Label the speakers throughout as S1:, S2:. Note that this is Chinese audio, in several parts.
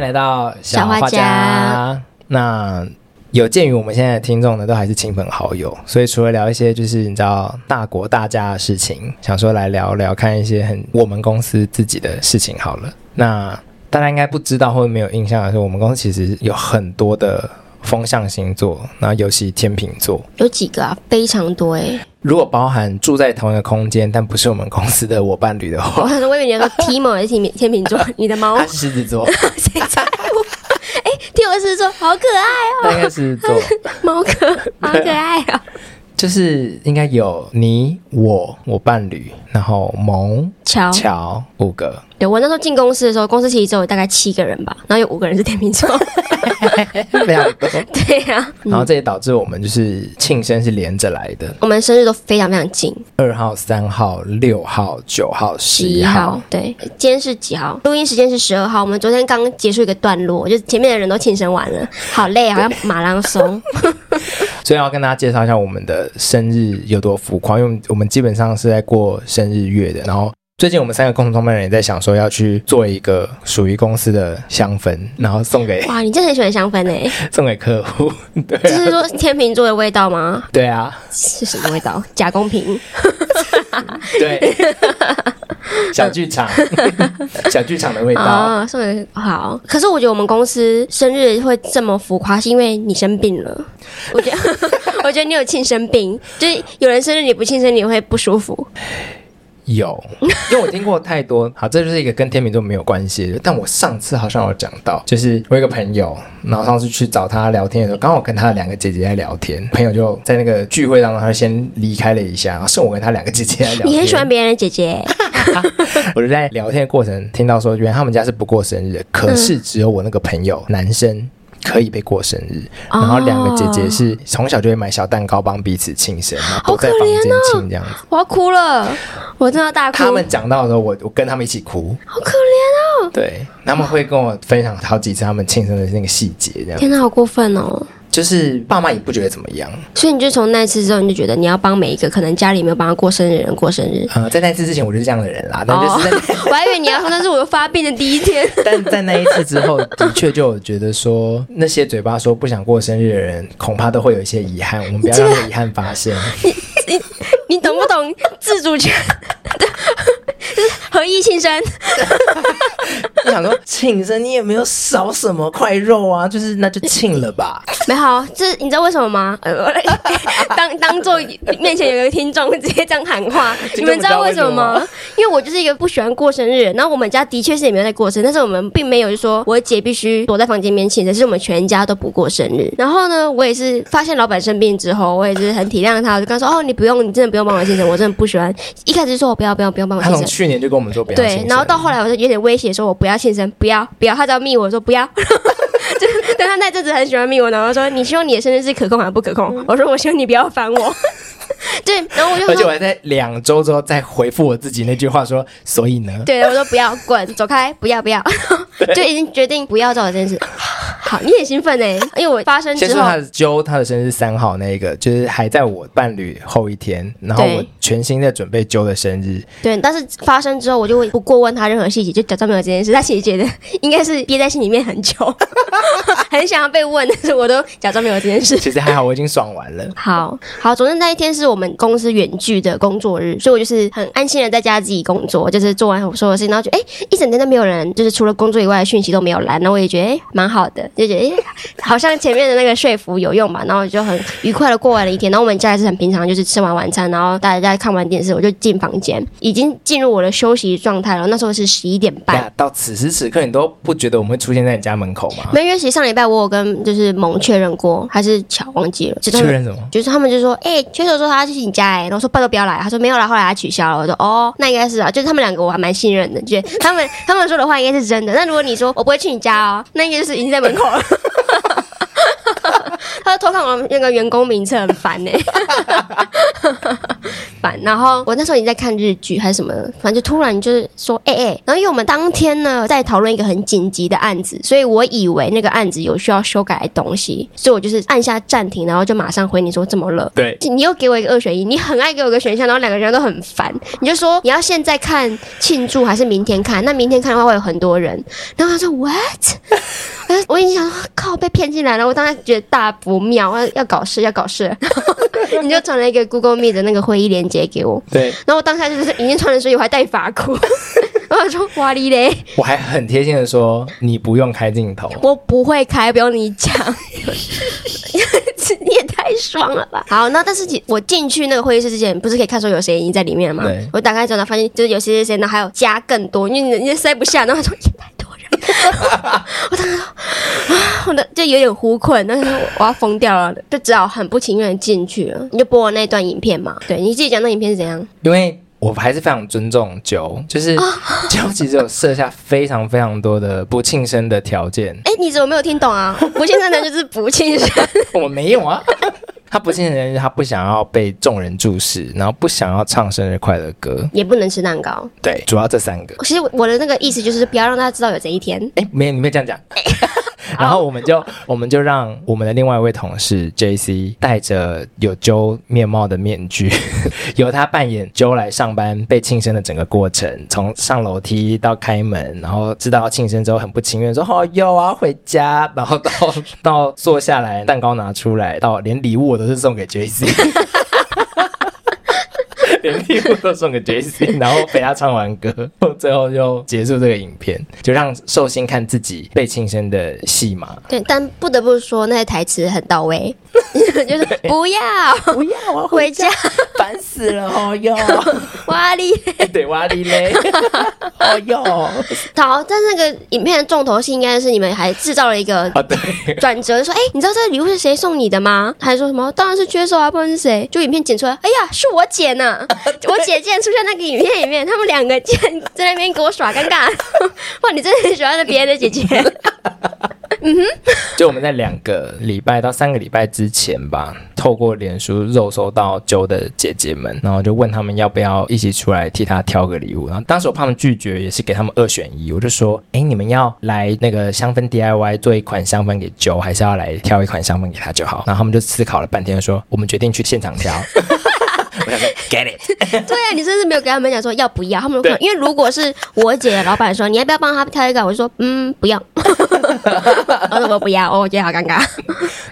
S1: 来到小
S2: 小
S1: 画
S2: 画
S1: 家
S2: 家。
S1: 那有鉴于我们现在的听众呢，都还是亲朋好友，所以除了聊一些就是你知道大国大家的事情，想说来聊聊看一些很我们公司自己的事情好了。那大家应该不知道或者没有印象的是，我们公司其实有很多的风象星座，然后尤其天秤座。
S2: 有几个啊？非常多哎、欸！
S1: 如果包含住在同一个空间，但不是我们公司的我伴侣的
S2: 我
S1: 话，
S2: 我以为你要说 Timo 还是天秤天 秤座，你的猫
S1: 他是狮子座，
S2: 谁在乎？哎、t i m o 是说好可爱
S1: 他应该是狮子座。
S2: 哦，猫可好可爱 哦，
S1: 就是应该有你、我、我伴侣，然后萌、
S2: 乔。
S1: 乔五 个，
S2: 对我那时候进公司的时候，公司其实只有大概七个人吧，然后有五个人是天秤 座。
S1: 非常多。
S2: 对啊，
S1: 然后这也导致我们就是庆生是连着来的，
S2: 我们生日都非常非常近，
S1: 二号、三号、六号、九号、十
S2: 十
S1: 一
S2: 一
S1: 号
S2: 号。。对，今天是几号？录音时间是十二号。我们昨天刚结束一个段落，就是前面的人都庆生完了，好累，啊好像马拉 松。
S1: 所以要跟大家介绍一下我们的生日有多浮夸，因为我们我们基本上是在过生日月的。然后最近我们三个共同创办人也在想说要去做一个属于公司的香氛，然后送给
S2: 哇，你真的很喜欢香氛 诶、
S1: 送给客户。对啊
S2: 这是说天秤座的味道吗？
S1: 对啊，
S2: 啊是什么味道？假公平。
S1: 对， 小剧场，小剧场的味道。
S2: 啊，送给好。可是我觉得我们公司生日会这么浮夸，是因为你生病 了。我觉得， 我觉得你有庆生病，就是有人生日你不庆生，你会不舒服。
S1: 有，因为我听过太多。 好，这就是一个跟天秤座没有关系的，但我上次好像有讲到，就是我有一个朋友，然后上次去找他聊天的时候，刚好跟他的两个姐姐在聊天，朋友就在那个聚会当中，他就先离开了一下，然后剩我跟他两个姐姐在聊天。
S2: 你很喜欢别人的姐姐，
S1: 我就在聊天的过程听到说，原来他们家是不过生日的，
S2: 嗯
S1: 可是只有我那个朋友男生。可以被过生日，然后两个姐姐是从小就会买小蛋糕帮彼此庆生，然后都在
S2: 哦好可
S1: 房
S2: 怜
S1: 间
S2: 哦
S1: 庆这样子。
S2: 我要哭了，我真的要大哭
S1: 他，们讲到的时候，我我跟他们一起哭，
S2: 好可怜哦！
S1: 对，他们会跟我分享好几次他们庆生的那个细节，这样
S2: 天哪，好过分哦！
S1: 就是爸妈也不觉得怎么样。
S2: 所以你就从那次之后，你就觉得你要帮每一个可能家里没有帮他过生日的人过生 日。
S1: 呃，在那一次之前我就是这样的人啦，但就是在那、
S2: 我还以为你要说那是我发病的第一天。
S1: 但在那一次之后，的确就有觉得说那些嘴巴说不想过生日的人，恐怕都会有一些遗憾，我们不要让那个遗憾发生。
S2: 你你懂不懂自主权？ 合意庆生，
S1: 我想说庆生你也没有少什么块肉啊，就是那就庆了吧。
S2: 没好，这你知道为什么吗？ 呃，我来当当做面前有一个听众直接这样喊话，你
S1: 听众
S2: 们知道为什么
S1: 不知道为什么
S2: 吗
S1: 吗？
S2: 因为我就是一个不喜欢过生日的人，然后我们家的确是也没有在过生日，但是我们并没有说我姐必须躲在房间里面庆生，是我们全家都不过生日。然后呢，我也是发现老板生病之后，我也是很体谅他，我就跟他说：“哦，你不用，你真的不用帮我庆生，我真的不喜欢。”一开始就说我哦不要不要不要帮我
S1: 他
S2: 庆生
S1: 从，去年就跟嗯我们说不要庆
S2: 对
S1: 生，，
S2: 然后到后来我就有点威胁说，我不要庆生，不要不要，他只要密我说不要。 就是但他那阵子很喜欢密我，然后说你希望你的生日是可控还是不可控？我说我希望你不要烦我。 对，然后我就
S1: 而且我
S2: 说，
S1: 还在两周之后再回复我自己那句话说，所以呢，
S2: 对，我说不要滚，走开，不要不要， 就已经决定不要做这件事。 好，你很兴奋呢，欸因为我发生
S1: 先
S2: 之
S1: 说
S2: 后
S1: 他，的揪，他的生日三号那一个，就是还在我伴侣后一天，然后
S2: 对
S1: 我全心在准备揪的生日，
S2: 对，但是发生之后我就会不过问他任何细节，就假装没有这件事。他其实觉得应该是憋在心里面很久， 很想要被问，但是我都假装没有这件事。
S1: 其实还好，我已经爽完了。
S2: 好好，总之那一天是我们公司远距的工作日，所以我就是很安心的在家自己工作，就是做完我所有事情，然后觉得哎、诶一整天都没有人，就是除了工作以外的讯息都没有来，然后我也觉得哎、诶蛮好的，就觉得哎、诶好像前面的那个说服有用吧，然后我就很愉快的过完了一天。然后我们家也是很平常，就是吃完晚餐，然后大家看完电视，我就进房间，已经进入我的休息状态了。那时候是十一点半，
S1: 那到此时此刻，你都不觉得我们会出现在你家门口吗？
S2: 没有，因为其实上礼拜我有跟就是萌确认过，还是巧忘记了，其中
S1: 确认什么？
S2: 就是他们就说，哎、缺手说他要去你家、欸，然后说拜托不要来，他说没有啦，后来他取消了。我说哦，那应该是啊，就是他们两个我还蛮信任的，觉得他们他们说的话应该是真的。那如果你说我不会去你家哦，那应该就是已经在门口了。 他说偷看我那个员工名册很烦呢、欸 烦。然后我那时候已经在看日剧还是什么，反正就突然就是说，哎、哎、然后因为我们当天呢在讨论一个很紧急的案子，所以我以为那个案子有需要修改的东西，所以我就是按下暂停，然后就马上回你说怎么了。
S1: 对，
S2: 你又给我一个二选一，你很爱给我一个选项，然后两个人都很烦。你就说你要现在看庆祝还是明天看？那明天看的话会有很多人。然后他说 what？呃我已经想说靠被骗进来了，我当时觉得大不妙，要要搞事要搞事。然后你就传了一个 Google Meet 的那个会议链接给我，
S1: 对
S2: 然后我当下就是已经穿了睡衣，我还戴发箍。 然后我说哇哩嘞，
S1: 我还很贴心的说，你不用开镜头。
S2: 我不会开，不用你讲。你 也太爽了吧！好，那但是其我进去那个会议室之前，不是可以看说有谁已经在里面了吗
S1: 对？
S2: 我打开之后呢，发现就是有些谁呢，还有加更多，因为你你塞不下，然后他说也太多人了，我当时说啊，我的就有点呼困，但是我要疯掉了，就只好很不情愿的进去了。你就播我那段影片嘛，对你自己讲那影片是怎样？
S1: 因为我还是非常尊重酒，就是 酒其实有设下非常非常多的不庆生的条件，
S2: 哎，你怎么没有听懂啊？不庆生的就是不庆生，
S1: 我没有啊。 他不庆生的原因是他不想要被众人注视，然后不想要唱生日快乐歌，
S2: 也不能吃蛋糕。
S1: 对，主要这三个。
S2: 其实我的那个意思就是不要让他知道有这一天。
S1: 哎，没有，你没有这样讲。 然后我们就我们就让我们的另外一位同事 J C 戴着有 Joe 面貌的面具， 由他扮演 Joe 来上班被庆生的整个过程，从上楼梯到开门，然后知道要庆生之后很不情愿说哦有啊回家，然后到到坐下来蛋糕拿出来，到连礼物我都是送给 J C。连礼物都送给 J C，然后陪他唱完歌，最后就结束这个影片，就让寿星看自己被庆生的戏码。
S2: 对，但不得不说，那些台词很 到位，就是不要
S1: 不要，我要
S2: 回家，
S1: 烦死了！哦哟，
S2: 哇哩。
S1: 对，哇哩嘞，哦哟，
S2: 好，但是那个影片的重头戏应该是你们还制造了一个
S1: 啊对，
S2: 转折，说，哎、你知道这个礼物是谁送你的吗？还说什么？当然是缺手啊，不然是谁？就影片剪出来，哎呀，是我姐 呢，我姐竟然出现在那个影片里面，他们两个竟然在那边给我耍尴尬， 哇，你真的很喜欢那别人的姐姐。
S1: 就我们在两个礼拜到三个礼拜之前吧，透过脸书肉搜到揪的姐姐们，然后就问他们要不要一起出来替她挑个礼物。然后当时我怕他们拒绝，也是给他们二选一，我就说，哎，你们要来那个香氛 DIY 做一款香氛给揪，还是要来挑一款香氛给她就好？然后他们就思考了半天，说我们决定去现场挑。我想说，get it。
S2: 对啊，你甚至没有给他们讲说要不要，他们可能因为如果是我姐的老板说你要不要帮他挑一个，我就说嗯不要，我说我不要，哦我觉得好尴尬。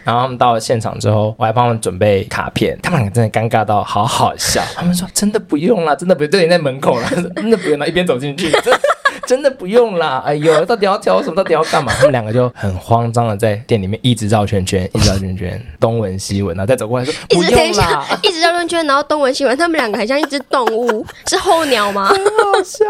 S1: 然后他们到了现场之后，我还帮他们准备卡片，他们两个真的尴尬到好好 笑。他们说：“真的不用啦，真的不用，就已经在门口了， 真的不用了。”一边走进去， 真的真的不用啦。哎呦，到底要挑什么？到底要干嘛？他们两个就很慌张的在店里面一直绕圈圈，一直绕圈圈，东闻西闻，然后再走过来说：“
S2: 一
S1: 不
S2: 直等
S1: 用
S2: 一
S1: 啦
S2: 下。”，一直绕圈圈，然后东闻西闻，他们两个很像一只动物，是候鸟 吗？
S1: 好笑。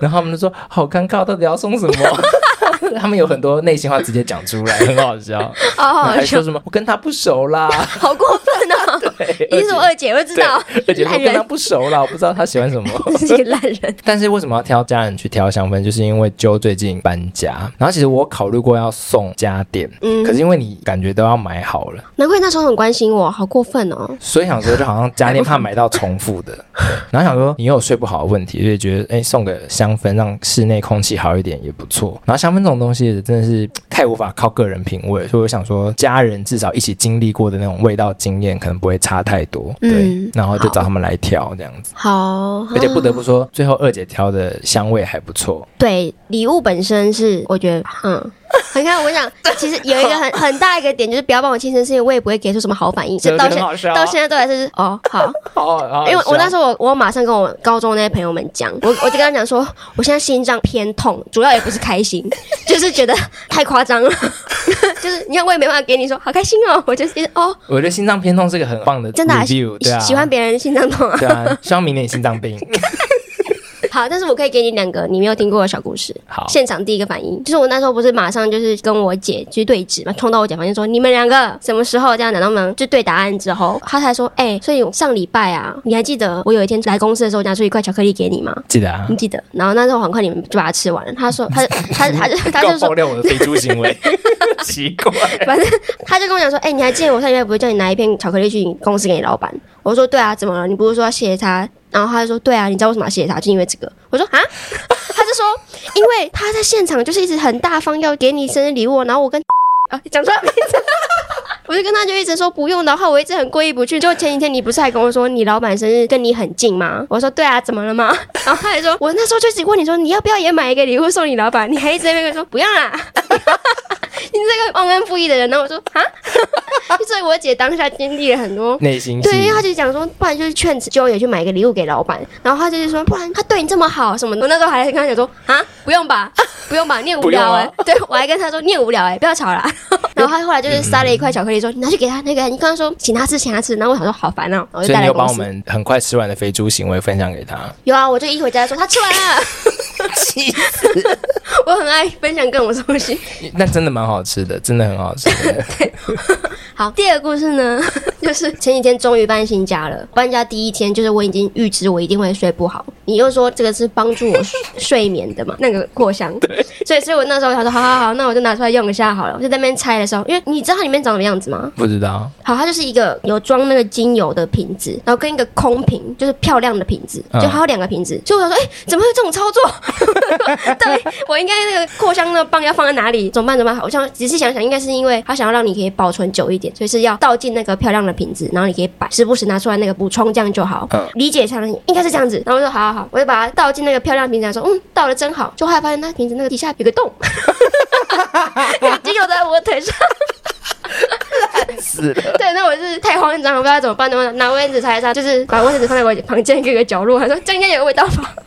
S1: 然后他们就说：“好尴尬，到底要送什么？” 他们有很多内心话直接讲出来，很好笑。
S2: 好哦好
S1: 还
S2: 笑
S1: 哎说，什么“我跟他不熟啦
S2: 好过分 啊！”， 你是我二姐，我知道，
S1: 而且
S2: 烂
S1: 我跟他
S2: 人，
S1: 不熟啦，我不知道他喜欢什 么。
S2: 这是个烂人。
S1: 但是为什么要挑家人去挑香氛？就是因为 Joe 最近搬家，然后其实我考虑过要送家电，
S2: 嗯
S1: 可是因为你感觉都要买好了，
S2: 难怪那时候很关心我，好过分哦！
S1: 所以想说就好像家电怕买到 重复的，对然后想说你又有睡不好的问题，所以觉得哎送个香氛让室内空气好一点也不错。然后香氛这种东西真的是太无法靠个人品味，所以我想说家人至少一起经历过的那种味道经验可能不会差太多，对
S2: 嗯，
S1: 然后就找
S2: 好
S1: 他们来挑这样子。
S2: 好，
S1: 而且不得不说，最后二姐挑的香味还不错。
S2: 对，礼物本身是我觉得， 嗯，你看，我想其实有一个很很大一个点，就是不要帮我庆生，是因为我也不会给出什么好反应，
S1: 这
S2: 就到现
S1: 很好笑啊
S2: 到现在都还是哦好，
S1: 好好好
S2: 因为哎我那时候我我马上跟我高中那些朋友们讲，我我就跟他讲说，我现在心脏偏痛，主要也不是 开心，就是觉得太夸张了，就是你看我也没办法给你说好开心哦，我就是哦
S1: 我觉得心脏偏痛是个很棒的
S2: 真的啊
S1: review，对啊，
S2: 喜喜欢别人心脏痛啊，
S1: 对啊，希望明年你心脏病。
S2: 好，但是我可以给你两个你没有听过的小故事。
S1: 好
S2: 现场第一个反应就是我那时候不是马上就是跟我姐去对峙嘛，冲到我姐房间说：“你们两个什么时候这样？”然后我们就对答案之后，她才说：“哎、所以我上礼拜啊，你还记得我有一天来公司的时候拿出一块巧克力给你吗？
S1: 记得啊
S2: 你，记得？”然后那时候很快你们就把它吃完了。她说：“她她她就她就
S1: 够
S2: 说
S1: 爆料我的肥猪行 为，奇怪。
S2: 反正他就跟我讲说，哎、你还记得我上礼拜不是叫你拿一片巧克力去你公司给你老板？我说对啊，怎么了？你不是说要谢谢他？然后他就说对啊，你知道为什么要谢谢他？就因为这个。我说啊， 他就说因为他在现场就是一直很大方要给你生日礼物，然后我跟 啊讲出来名字。 我就跟他就一直说不用，然后我一直很过意不去。就前几天你不是还跟我说你老板生日跟你很近吗？我说对啊，怎么了吗？ 然后他还说，我那时候就一直问你说你要不要也买一个礼物送你老板，你还一直在那边跟我说不要啦， 你这个忘恩负义的人。然后我说啊， 所以我姐当下经历了很多。
S1: 内心戏
S2: 对，因为她就讲说，不然就是劝 Joe 也去买一个礼物给老板，然后她就是说，不然他对你这么好什么的。我那时候还跟她讲说，啊，不用 吧，不用吧，你很无聊哎、对我还跟她说，你很无聊哎、不要吵 啦。然后她后来就是塞了一块巧克力，说你拿去给他那个，你刚刚说请他吃，请他吃。然后我想说好烦哦、然后我就
S1: 所以你
S2: 带来
S1: 有把
S2: 公
S1: 我
S2: 司。
S1: 们很快吃完的肥猪行为分享给他，
S2: 有啊，我就一回家说他吃完了，
S1: 气
S2: 我很爱分享各种东西。
S1: 那真的蛮好吃的，真的很好吃 的。
S2: 好，第二个故事呢， 就是前几天终于搬新家了。搬家第一天，就是我已经预知我一定会睡不好。你又说这个是帮助我睡睡眠的嘛？那个扩香，所以所以我那时候想说，好好好，那我就拿出来用一下好了。我就在那边拆的时候，因为你知道它里面长什么样子吗？
S1: 不知 道，
S2: 好，它就是一个有装那个精油的瓶子，然后跟一个空瓶，就是漂亮的瓶子，
S1: 嗯
S2: 就还有两个瓶子。所以我想说，哎、怎么会有这种操作？ 对我应该那个扩香那个棒要放在哪里？怎么办？怎么办？好像仔细想想，应该是因为它想要让你可以保存久一点，所以是要倒进那个漂亮的瓶子，然后你可以摆，时不时拿出来那个补充，这样就好。
S1: 嗯
S2: 理解上应该是这样子。然后我说好好好，我就把它倒进那个漂亮瓶子，说嗯，倒的真好。就后来发现那瓶子那个底下有个洞， 有精油在我腿上。
S1: 是的，
S2: 对，那我是太慌张了，不知道怎么办，我拿卫生纸擦一擦，就是把卫生纸放在我房间各个角落，他说这应该有味道吧。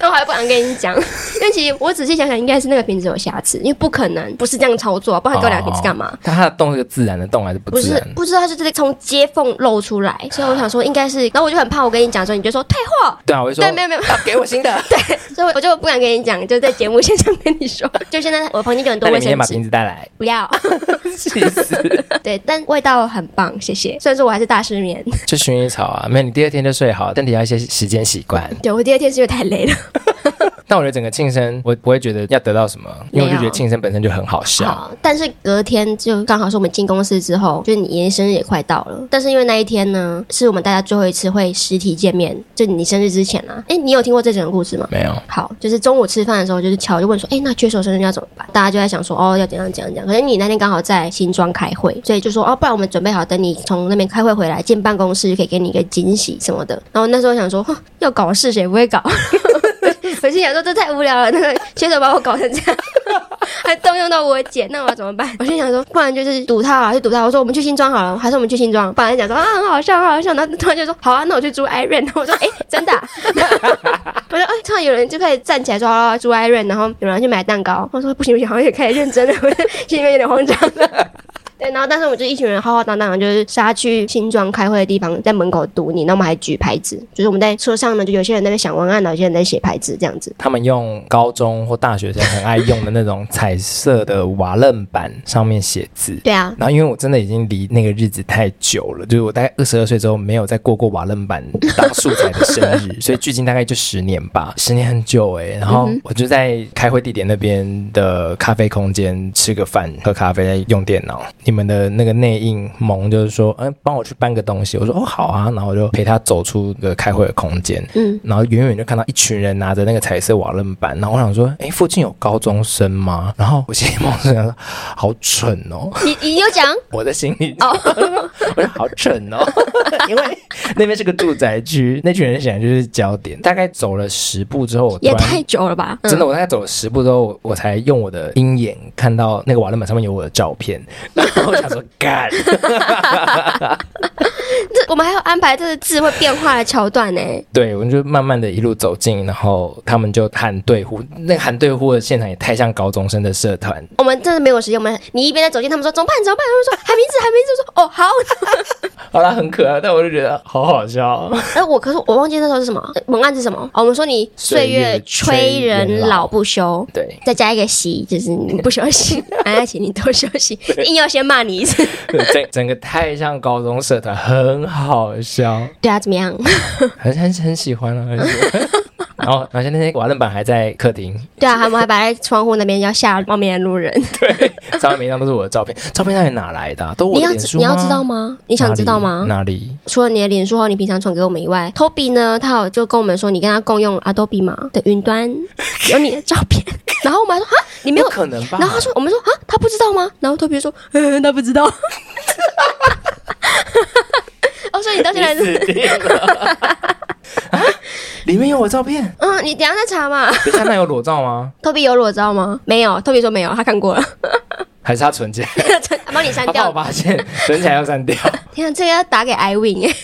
S2: 但我还不敢跟你讲，因为其实我仔细想想，应该是那个瓶子有瑕疵，因为不可能不是这样操作，不然给我两个瓶子干嘛？
S1: 那它的洞是个自然的洞还是哦不
S2: 不
S1: 自
S2: 是
S1: 然？
S2: 不知道，它就是从接缝露出来，所以我想说应该是，然后我就很怕我跟你讲的时候，你就说退货，
S1: 对啊，我就
S2: 对，
S1: 说
S2: 没有没有，
S1: 给我新的，
S2: 对，所以我就不敢跟你讲，就在节目现场跟你说，就现在我房间就很多
S1: 那你明
S2: 卫
S1: 天
S2: 生
S1: 把
S2: 纸，
S1: 瓶子带来，
S2: 不要，
S1: 气死！
S2: 对，但味道很棒，谢谢，虽然说我还是大失眠。
S1: 就薰衣草啊，没有你第二天就睡好，但得要一些时间习惯。
S2: 对我第二天是因为太累了，
S1: 但我觉得整个庆生，我不会觉得要得到什么，因为我就觉
S2: 没
S1: 得
S2: 有
S1: 庆生本身就很好笑。
S2: 好，但是隔天就刚好是我们进公司之后，就你爷生日也快到了，但是因为那一天呢，是我们大家最后一次会实体见面，就你生日之前啦、诶，你有听过这整个故事吗？
S1: 没有，
S2: 好，就是中午吃饭的时候，就是乔就问说，诶，哎那缺手生日要怎么办？大家就在想说，哦，要怎样怎样怎样。可是你那天刚好在新庄开会，所以就说，哦，不然我们准备好，等你从那边开会回来进办公室，可以给你一个惊喜什么的。然后那时候想说，哼要搞事谁不会搞？我心想说这太无聊了，那个缺手把我搞成这样，还动用到我姐，那我要怎么办？我心想说，不然就是堵他啊，就堵他。我说我们去新庄好了，还是我们去新庄？本来想说啊很好笑，很好笑，然后突然就说好啊，那我去住 Iron。然后我说哎、真的啊、我说哎、突然有人就开始站起来说啊住 Iron，然后有人去买蛋糕。我说不行不行，好像也开始认真了，我就 心里面有点慌张了。 对，然后但是我们就一群人浩浩荡荡地就是杀去新庄开会的地方，在门口堵你，那我们还举牌子，就是我们在车上呢，就有些人在那边想文案，有些人在写牌子这样子。
S1: 他们用高中或大学生很爱用的那种彩色的瓦楞板上面写字。
S2: 对啊，
S1: 然后因为我真的已经离那个日子太久了，就是我大概二十二岁之后没有再过过瓦楞板当素材的生日，所以距今大概就十年吧，十年很久哎、然后我就在开会地点那边的咖啡空间吃个饭，喝咖啡，在用电脑。你们的那个内应萌就是说，嗯，帮我去搬个东西。我说哦好啊，然后我就陪他走出个开会的空间，
S2: 嗯，
S1: 然后远远就看到一群人拿着那个彩色瓦楞板，然后我想说，哎，附近有高中生吗？然后我心里 萌是想说，好蠢哦。
S2: 你你有讲
S1: 我的心里，
S2: 哦
S1: 我说好蠢哦， 因为那边是个住宅区，那群人显然就是焦点。大概走了十步之后，我突
S2: 也
S1: 然
S2: 太久了吧？嗯
S1: 真的，我大概走了十步之后，我我才用我的鹰眼看 到那个瓦楞板上面有我的照片，然后我想说干，
S2: 这我们还有安排这个字会变化的桥段欸呢、
S1: 对，我们就慢慢的一路走近，然后他们就喊对呼，那个喊对呼的现场也太像高中生的社团，
S2: 我们真的没有时间，我们你一边在走进，他们说怎么办怎么办，他们说喊名字喊名字，我说哦好。
S1: 好啦，很可爱，但我就觉得好好 笑。
S2: 哎、我可是我忘记那时候是什么文案是什么、哦、我们说你岁月催人老不休。
S1: 对，
S2: 再加一个息，就是你不休息， 哎，请你多休 息，硬要先骂你一次。
S1: 整整个太像高中社团，很好笑，
S2: 对啊，怎么样？
S1: 很很很喜欢啊，很喜 欢。然后，而且那天瓦楞板还在客厅，
S2: 对啊，他们还摆在窗户那边要吓外面的路人。
S1: 对，上面每一张都是我的照片，照片到底哪来的啊、都我
S2: 你
S1: 的
S2: 要
S1: 脸
S2: 知
S1: 书
S2: 你要
S1: 吗
S2: 知道吗？你想知道吗？
S1: 哪里？
S2: 除了你的脸书和你平常传给我们以外，Toby 呢，他有就跟我们说你跟他共用 Adobe 嘛的 云端有你的照片，然后我们还说啊，你没
S1: 哪里不
S2: 有。
S1: 可能吧？
S2: 然后他说，我们说啊，他不知道吗？然后 Toby 就说，嗯，他不知道。哦，所以你到现在
S1: 你
S2: 是，
S1: 死定了啊！ 里面有我照片，
S2: 嗯，你等一下再查嘛。
S1: 等一下那有裸照吗？
S2: Toby 有裸照吗？没有，Toby 说没有，他看过了，
S1: 还是他存起来？
S2: 他帮你删
S1: 他怕
S2: 掉
S1: 我。发现，存起来要删 掉。
S2: 天啊，这个要打给 Iwin 哎、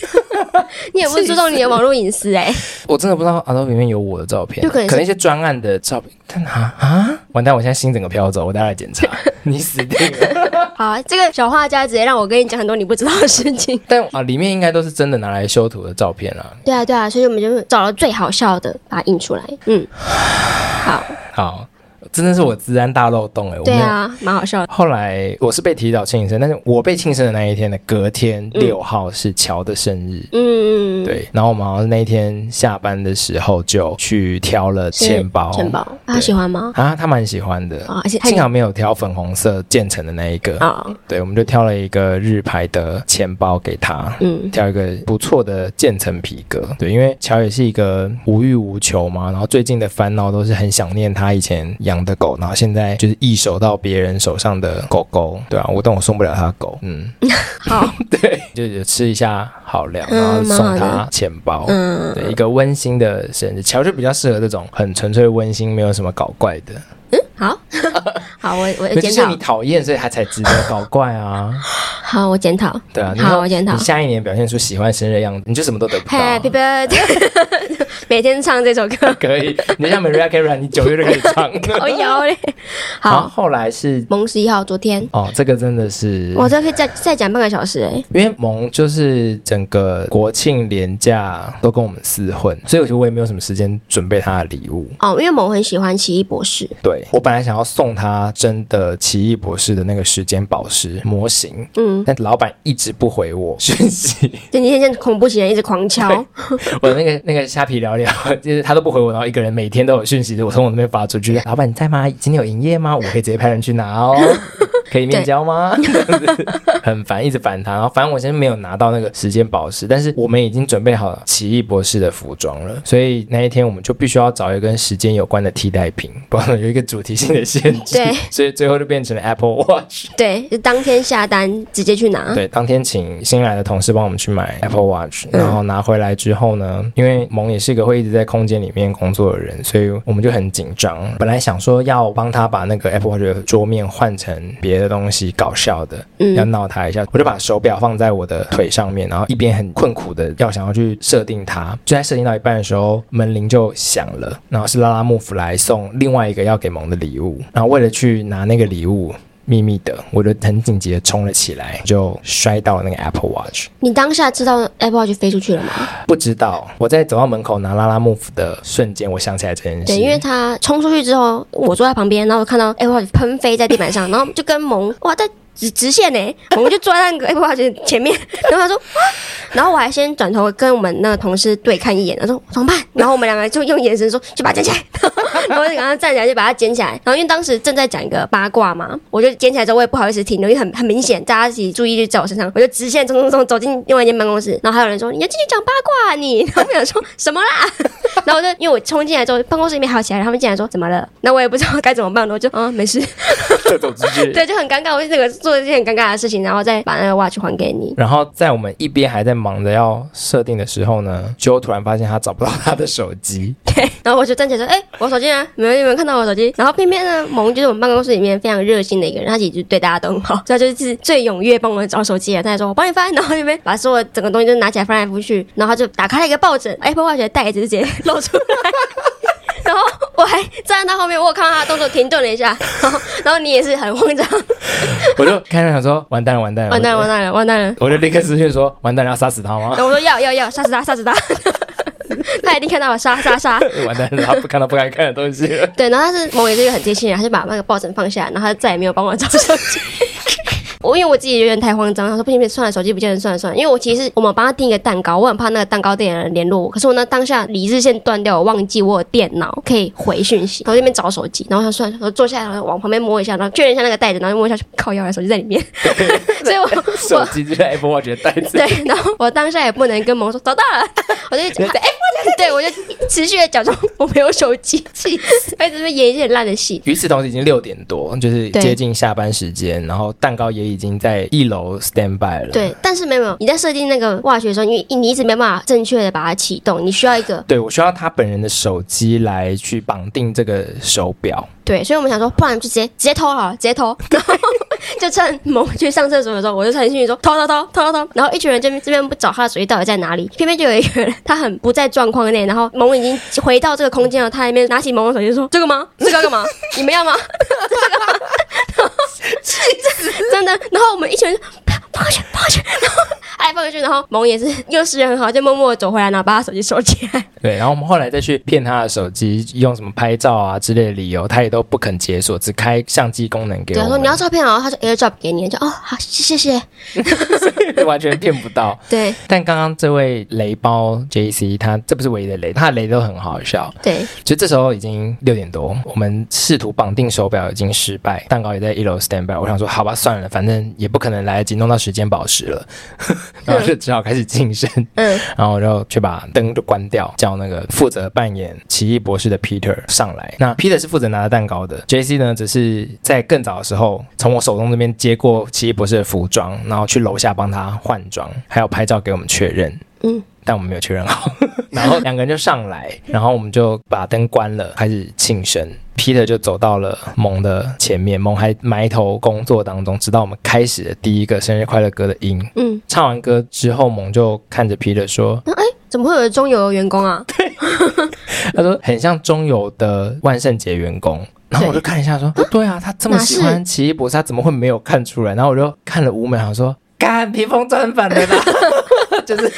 S2: 你也不注重你的网络隐私哎、
S1: 我真的不知道 Adobe 里面有我的照片，啊
S2: 就可能是
S1: 一些专案的照片。但啊啊，完蛋！我现在心整个飘走，我待会来检 查。你死定了！
S2: 好，这个小画家直接让我跟你讲很多你不知道的事情。
S1: 但啊，里面应该都是真的拿来修图的照片啦。
S2: 对啊，对啊，所以我们就找了最好笑的，把它印出来。嗯， 好，
S1: 好，真的是我治安大漏洞哎、我
S2: 对
S1: 没有
S2: 啊，蛮好笑的。
S1: 后来我是被提早庆生，但是我被庆生的那一天的隔天六号是乔的生日。
S2: 嗯，
S1: 对，然后我们好像那一天下班的时候就去挑了
S2: 是
S1: 钱包，
S2: 钱包，他
S1: 对
S2: 喜欢吗？
S1: 啊，他蛮喜欢的，
S2: 啊，而且
S1: 幸好没有挑粉红色渐层的那一个，
S2: 啊，
S1: 对，我们就挑了一个日牌的钱包给他。
S2: 嗯，
S1: 挑一个不错的渐层皮革，对，因为乔也是一个无欲无求嘛，然后最近的烦恼都是很想念他以前养的狗，然后现在就是易手到别人手上的狗狗，对啊，我但我送不了他狗，嗯，
S2: 好，
S1: 对，就是吃一下好料，
S2: 嗯
S1: 然后
S2: 蛮
S1: 送
S2: 好
S1: 他
S2: 的
S1: 钱包，
S2: 嗯，
S1: 对，一个温馨的生日，乔就比较适合这种很纯粹温馨，没有什么搞怪的，
S2: 好，好，我我
S1: 那就
S2: 呃检
S1: 是你
S2: 讨，
S1: 讨厌，所以他才值得搞怪啊，
S2: 好，我检讨，
S1: 对啊，你
S2: 好，
S1: 要
S2: 我检讨
S1: 你。下一年表现出喜欢生日的样子，你就什么都得不到、啊
S2: Happy。birthday，每 天唱这首歌，
S1: 可以，你像 Maria Carey，你九月就可以唱
S2: 好
S1: 了。
S2: 摇嘞。
S1: 然后
S2: 好，
S1: 后来是
S2: 萌十一号，昨天，
S1: 哦，这个真的是，
S2: 我这可以再再讲半个小时哎。
S1: 因为萌就是整个国庆连假都跟我们厮混，所以我觉得我也没有什么时间准备他的礼物。
S2: 哦，因为萌很喜欢奇异博士，
S1: 对我本来想要送他真的奇异博士的那个时间宝石模型，
S2: 嗯，
S1: 但老板一直不回我讯息，
S2: 就你现在恐怖情人一直狂敲，
S1: 我那个那个虾皮聊聊，就是他都不回我，然后一个人每天都有讯息，我从我那边发出去，老板你在吗？今天有营业吗？我可以直接派人去拿哦，可以面交吗？很烦，一直烦他。然后反正我现在没有拿到那个时间宝石，但是我们已经准备好了奇异博士的服装了，所以那一天我们就必须要找一个跟时间有关的替代品，不然有一个主题性的限制
S2: 对，
S1: 所以最后就变成了 Apple Watch。
S2: 对，就当天下单直接去拿。
S1: 对，当天请新来的同事帮我们去买 Apple Watch，然后拿回来之后呢，因为萌也是一个会一直在空间里面工作的人，所以我们就很紧张。本来想说要帮他把那个 Apple Watch 的桌面换成别的东西搞笑的，
S2: 嗯
S1: 要闹他一下，我就把手表放在我的腿上面，然后一边很困苦的要想要去设定它，就在设定到一半的时候，门铃就响了，然后是拉拉木府来送另外一个要给萌的礼物，然后为了去拿那个礼物。秘密的，我就很紧急的冲了起来，就摔到那个 Apple Watch。
S2: 你当下知道 Apple Watch 飞出去了吗？
S1: 不知道我在走到门口拿拉拉木府的瞬间，我想起来这件事。
S2: 对，因为他冲出去之后，我坐在旁边，然后我看到 Apple Watch 喷飞在地板上，然后就跟萌哇在直直线呢，我们就坐在那个 Apple Watch 前面， 然后他说哇，然后我还先转头跟我们那个同事对看一眼，他说怎么办？然后我们两个就用眼神说就把它捡起来， 然后我就赶快站起来就把它捡起来，然后因为当时正在讲一个八卦嘛，我就捡起来之后我也不好意思停留，因为很很明显大家一起注意力在我身上，我就直线冲冲冲走进另外一间办公室，然后还有人说你要进去讲八卦、啊、你， 然后我想说什么啦？ 然后我就因为我冲进来之后，办公室里面还有其他人，他们进来说怎么了？那我也不知道该怎么办， 我就嗯没事，
S1: 这种直觉。
S2: 对，就很尴尬，我就那个做了一件很尴尬的事情，然后再把那个 watch 还给你。
S1: 然后在我们一边还在忙着要设定的时候呢，就突然发现他找不到他的手机。
S2: 然后我就站起来说：“哎、我手机呢？你们有没有看到我手机？”然后偏偏呢，萌就是我们办公室里面非常热心的一个人，他其实对大家都很好，所以他 就是最踊跃帮我找手机的。他还说：“我帮你翻。”然后那边把所有整个东西都拿起来翻来覆去，然后他就打开了一个哎抱枕，Apple Watch 的袋子就直接露出来。 然后我还站在他后面，我有看到他的动作停顿了一下， 然后然后你也是很慌张，
S1: 我就看着想说，完蛋了，完蛋了，
S2: 完蛋了，
S1: 了！
S2: 完蛋了，完蛋了。
S1: 我就立刻私讯说，完蛋了，要杀死他吗
S2: 然？后我说要要要，杀死他，杀 死他。他一定看到我杀杀杀。
S1: 完蛋了，他不看到不该看的东 西了。
S2: 对，然后他是某也是一个很贴心的人，他就把那个抱枕放下，然后他再也没有帮我找手机。 我因为我自己有点太慌张，他说不行不行，算了，手机不见了，算了算了。因为我其实我们帮他订一个蛋糕，我很怕那个蛋糕店的人联络我，可是我那当下理智线断掉，我忘记我有电脑可以回 讯息，然后那边找手机，然后我想算了，我坐下来，然后往旁边摸一下，然后确认一下那个袋子，然后摸一下，靠腰，手机在 里面，所以我
S1: 手机就在 Apple Watch 的袋子。
S2: 对，然后我当下也不能跟萌说找到了，我就一直哎、对我就持续的假装我没有手机，气死，而且这边演一些很烂的戏。
S1: 与此同时，已经六点多，就是
S2: 对
S1: 接近下班时间，然后蛋糕也已经在一楼 stand by 了。
S2: 对，但是没有没有，你在设定那个 watch 的时候，你你一直没办法正确的把它启动，你需要一个
S1: 对，我需要他本人的手机来去绑定这个手表。
S2: 对，所以我们想说，不然就直接直接偷好了，直接偷，然后就趁萌去上厕所的时候，我就传讯息说偷偷偷偷偷偷，然后一群人这边这边不找他的手机到底在哪里，偏偏就有一个人他很不在状况内，然后萌已经回到这个空间了，他还没拿起萌萌手机说这个吗？这个要干嘛？你们要吗？这个吗？然后真的，然后我们一群人就放过去放过去，然后哎放过去，然后萌也是又是人很好，就默默的走回来，然后把他手机收起来。
S1: 对，然后我们后来再去骗他的手机，用什么拍照啊之类的理由，他也都不肯解锁，只开相机功能给
S2: 对，
S1: 我
S2: 他说
S1: 们
S2: 你要照片哦，他就 AirDrop 给你，就哦好，谢谢。
S1: 完全骗不到。
S2: 对
S1: 但刚刚这位雷包 J C，他这不是唯一的雷，他的雷都很好笑。
S2: 对。
S1: 其实这时候已经六点多，我们试图绑定手表已经失败，蛋糕也在一楼 stand by。我想说，好吧，算了，反正也不可能来得及弄到时间宝石了， 然后就只好开始晋升。
S2: 嗯，
S1: 然后我就去把灯就关掉，叫那个负责扮演奇异博士的 Peter 上来。那 Peter 是负责拿着蛋糕的，J C 呢只是在更早的时候从我手中这边接过奇异博士的服装，然后去楼下帮他换装，还有拍照给我们确认。
S2: 嗯。
S1: 但我们没有确认好， 然后两个人就上来，然后我们就把灯关了，开始庆生。Peter 就走到了萌的前面，萌还埋头工作当中，直到我们开始了第一个生日快乐歌的音。
S2: 嗯，
S1: 唱完歌之后，萌就看着 Peter 说：“
S2: 那哎，怎么会有中油的员工 啊？
S1: 他说很像中友的万圣节员工。然后我就看一下说，对啊，他这么
S2: 嗯哪
S1: 喜欢
S2: 是
S1: 奇异博士，他怎么会没有看出来？然后我就看了五秒，想说，干披风转反的 啦，就是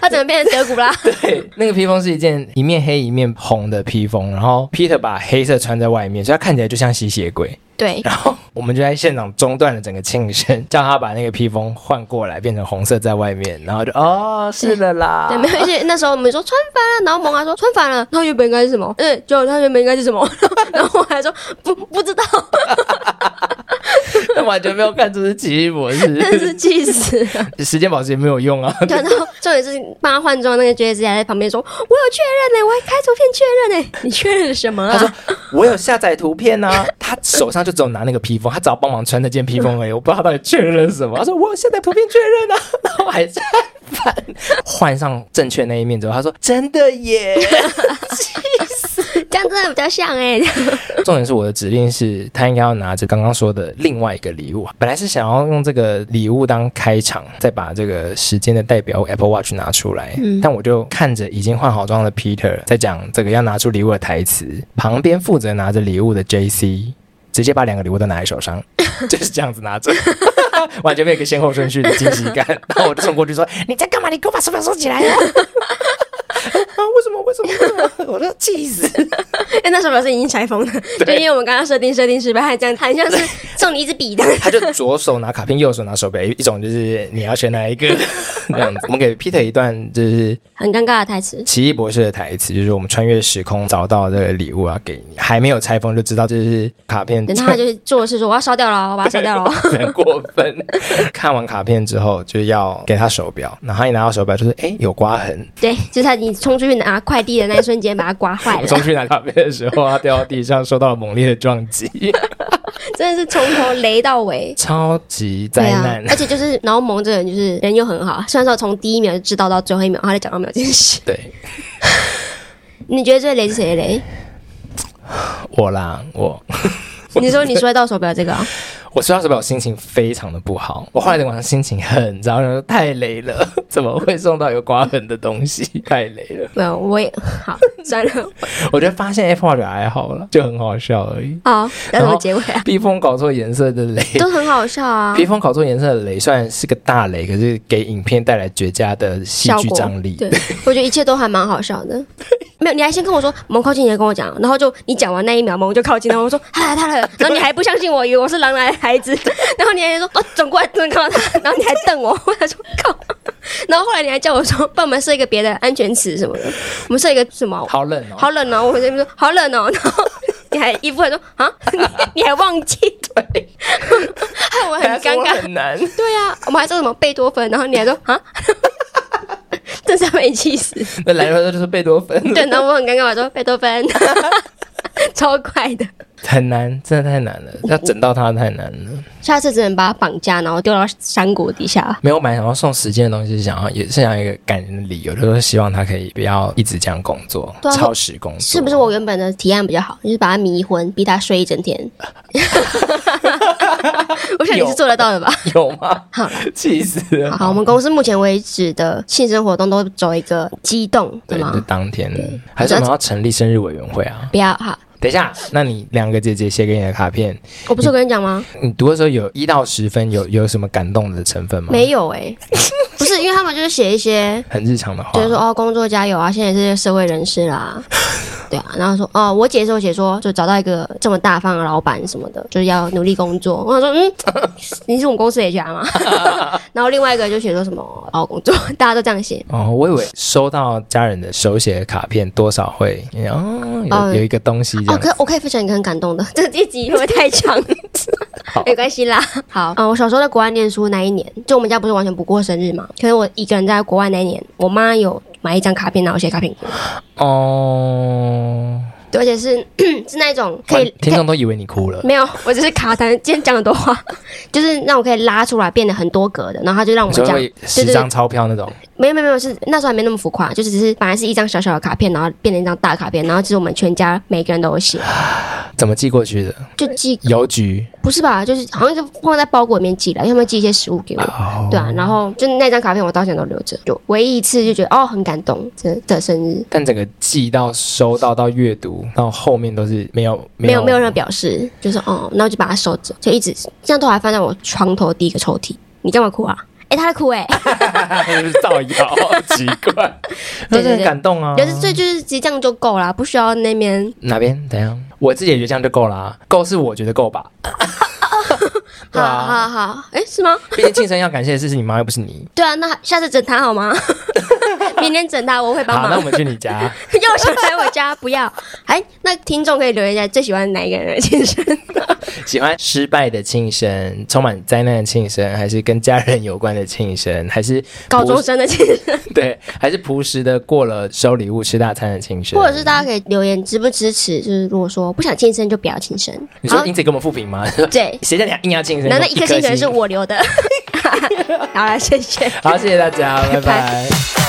S2: 他啊怎么变成德古拉？
S1: 对，那个披风是一件一面黑一面红的披风，然后 Peter 把黑色穿在外面，所以他看起来就像吸血鬼。
S2: 对，
S1: 然后我们就在现场中断了整个庆生，叫他把那个披风换过来，变成红色在外面，然后就哦，是的啦，
S2: 对，没有。而且那时候我们说穿反了，然后萌还说穿反了，他原本应该是什么？嗯，就他原本应该是什 么？然后我还说不不知 道，
S1: 完全没有看出是奇异博
S2: 真
S1: 士，
S2: 是气 死了。
S1: 时间宝石也没有用啊，
S2: 对，然后重点是帮他换装那个 J C 还在旁边说，我有确认呢、我还开图片确认呢、 你确认什么
S1: 他说
S2: 啊？
S1: 我有下载图片啊，他手上就只有拿那个披风，他只要帮忙穿那件披风而已，我不知道他到底确认了什么。他说我有下载图片确认啊，然后还在翻，换上正确那一面之后，他说真的耶。
S2: 这样真的比较像 哎、
S1: 重点是我的指令是他应该要拿着刚刚说的另外一个礼物，本来是想要用这个礼物当开场，再把这个时间的代表 Apple Watch 拿出来。但我就看着已经换好妆的 Peter 在讲这个要拿出礼物的台词，旁边负责拿着礼物的 JC 直接把两个礼物都拿在手上， 就是这样子拿着。 完全没有一个先后顺序的惊喜感，然后我就冲过去说：“你在干嘛？你给我把手表收起来呀、啊！”啊，为什么？为什么？为什么？我都气死！
S2: 欸那时候表示已经拆封了，就因为我们刚刚设定设定失败，还这样，很像是送你一支笔 的。
S1: 他就左手拿卡片，右手拿手表，一种就是你要选哪 一个这样子。我们给 Peter 一段就是
S2: 很尴尬的台词。
S1: 奇异博士的台词，就是我们穿越时空找到这个礼物要给你，还没有拆封就知道这是卡片，
S2: 等他就是做事说我要烧掉了哦，我把它烧掉了哦。
S1: 很过分。 看完卡片之后就要给他手表，然后他一拿到手表就是哎、诶有刮痕，
S2: 对，就是他你冲出去拿快递的那一瞬间把它刮坏
S1: 我
S2: 了，
S1: 啊 冲去拿卡片的时候，他掉到地上，受到了猛烈的撞击。
S2: 真的是从头雷到尾。
S1: 超级
S2: 对
S1: 灾难
S2: 啊，。而且就是，然后萌这个人就是人又很好，虽然说从第一秒就知道到最后一秒，他在讲到没有这 件事。
S1: 对
S2: 你觉得最雷是谁雷？
S1: 我啦，我
S2: 你说你摔到手表这个、 啊，
S1: 我说到手表，我心情非常的不好。我后来晚上心情很糟，然后太雷了， 怎么会送到有刮痕的东西？ 太雷了。
S2: 没有，我也好算了，
S1: 我觉得发现 Apple Watch 还好了，就很好笑而已。
S2: 好，要怎么结尾 啊？
S1: 避风搞错颜色的雷，
S2: 都很好笑啊
S1: 披，风搞错颜色的雷虽然是个大雷，可是给影片带来绝佳的戏
S2: 效
S1: 剧
S2: 果
S1: 张力。
S2: 对，我觉得一切都还蛮好笑 的。没有，你还先跟我说萌靠近，你还跟我讲，然后就你讲完那一秒，萌就靠近，然后我说 他来他来了，然后你还不相信我，以为我是狼 来的孩子，然后你还说哦转过来真的看到他，然后你还瞪我， 我想说靠，然后后来你还叫我说帮我们设一个别的安全词什么的，我们设一个什么
S1: 好冷哦！
S2: 好冷哦，我这边说好冷哦， 然后你还一副还说啊， 你你还忘记，
S1: 对，
S2: 害 我很
S1: 还是
S2: 尴
S1: 我
S2: 尬。
S1: 很难。
S2: 对啊，我们还说什么贝多芬，然后 你还说啊， 真是要被你气死。
S1: 那来的时候就是贝多芬，
S2: 对，然后我很尴尬，我说贝多芬，超快的。
S1: 很难，真的太难了，要整到它太难了。
S2: 下次只能把他绑架，然后丢到山谷底下。
S1: 没有买想要送时间的东西，想要也是想要一个感人的理由，就是希望他可以不要一直这样工作，
S2: 对啊
S1: 超时工作。
S2: 是不是我原本的提案比较好？就是把他迷昏，逼他睡一 整天。我想你是做得到的吧？
S1: 有吗？
S2: 好，
S1: 气死了！
S2: 好好，我们公司目前为止的性生活中都走一个激动，
S1: 对，
S2: 对吗
S1: 就？当天还是我们要成立生日委员会啊？
S2: 不要好，
S1: 等一下，那你两个姐姐写给你的卡片，
S2: 我不是有跟你讲吗？
S1: 你读的时候有一到十分，有有什么感动的成分吗？，
S2: 没有哎、不是，因为他们就是写一些，
S1: 很日常的话，
S2: 就是说哦，工作加油啊，现在是社会人士 啦，对啊，然后说哦，我姐是有写说，就找到一个这么大方的老板什么的，就是要努力工作。我想说，嗯， 你是我们公司的 HR 吗？然后另外一个就写说什么好好工作， 大家都这样写。
S1: 哦，我以为收到家人的手写的卡片，多少会哦，有、
S2: 哦
S1: 有一个东西这
S2: 哦，
S1: 样。
S2: 可我可以分享一个很感动的，这这集会不会太长？
S1: 好
S2: 没关系啦。好，嗯，我小时候在国外念书那一年，就我们家不是完全不过生日嘛，可是我一个人在国外那一年，我妈有买一张卡片，然后写卡片给我，
S1: 哦，
S2: 对，而且是 是那种可以
S1: 观哦听众都以为你哭了。
S2: 没有，我只是卡痰。今天讲很多话， 就是让我可以拉出来，变得很多格的。然后他就让我
S1: 你
S2: 们
S1: 说
S2: 这样
S1: 会，十张钞票那种，
S2: 没有没有没有，是那时候还没那么浮夸，就只是本来是一张小小的卡片，然后变成一张大卡片，然后其实我们全家每个人都 有写，
S1: 怎么寄过去的？
S2: 就寄
S1: 邮局
S2: 不是吧？就是好像就放在包裹里面寄了，因为他们寄一些食物给我。
S1: 哦，
S2: 对啊，然后就那张卡片我到现在都留着，就唯一一次就觉得哦很感动，这的生日
S1: 但整个寄到收到到阅读到后面都是没有
S2: 没有没
S1: 有
S2: 有 任何表示，就是哦，然后就把它收着，就一直这样都还放在我床头第一个抽屉。你干嘛哭啊？哎、他在哭哎、
S1: 造谣，奇怪，
S2: 对
S1: 那
S2: 对对
S1: 是很感动啊。
S2: 有是这就是直接这样就够啦，不需要那边
S1: 哪边怎样？我自己也觉得这样就够啦、够是我觉得够 吧。对
S2: 好
S1: 啊，
S2: 好好，哎、是吗？
S1: 毕竟庆生要感谢的事是你妈，又不是你。
S2: 对啊，那下次整他好吗？ 明天整他，我会帮
S1: 好，那
S2: 忙
S1: 我。们去你家。
S2: 又想来我家，不要。哎，那听众可以留言一下最喜欢哪一个人的 健身？
S1: 喜欢失败的庆生，充满灾难的庆生，还是跟家人有关的庆生，还是
S2: 高中生的健身，
S1: 朴 对，还是朴实的过了收礼物吃大餐的庆生？
S2: 或者是大家可以留言支不支持？就是如果说不想健身就不要健身。
S1: 你
S2: 好
S1: 说，因此给我们复评吗？，
S2: 对
S1: 谁叫你硬要庆生？
S2: 那那一颗
S1: 星
S2: 星可能是我留的。好啦，谢谢。
S1: 好，谢谢大家，拜
S2: 拜
S1: 拜
S2: 拜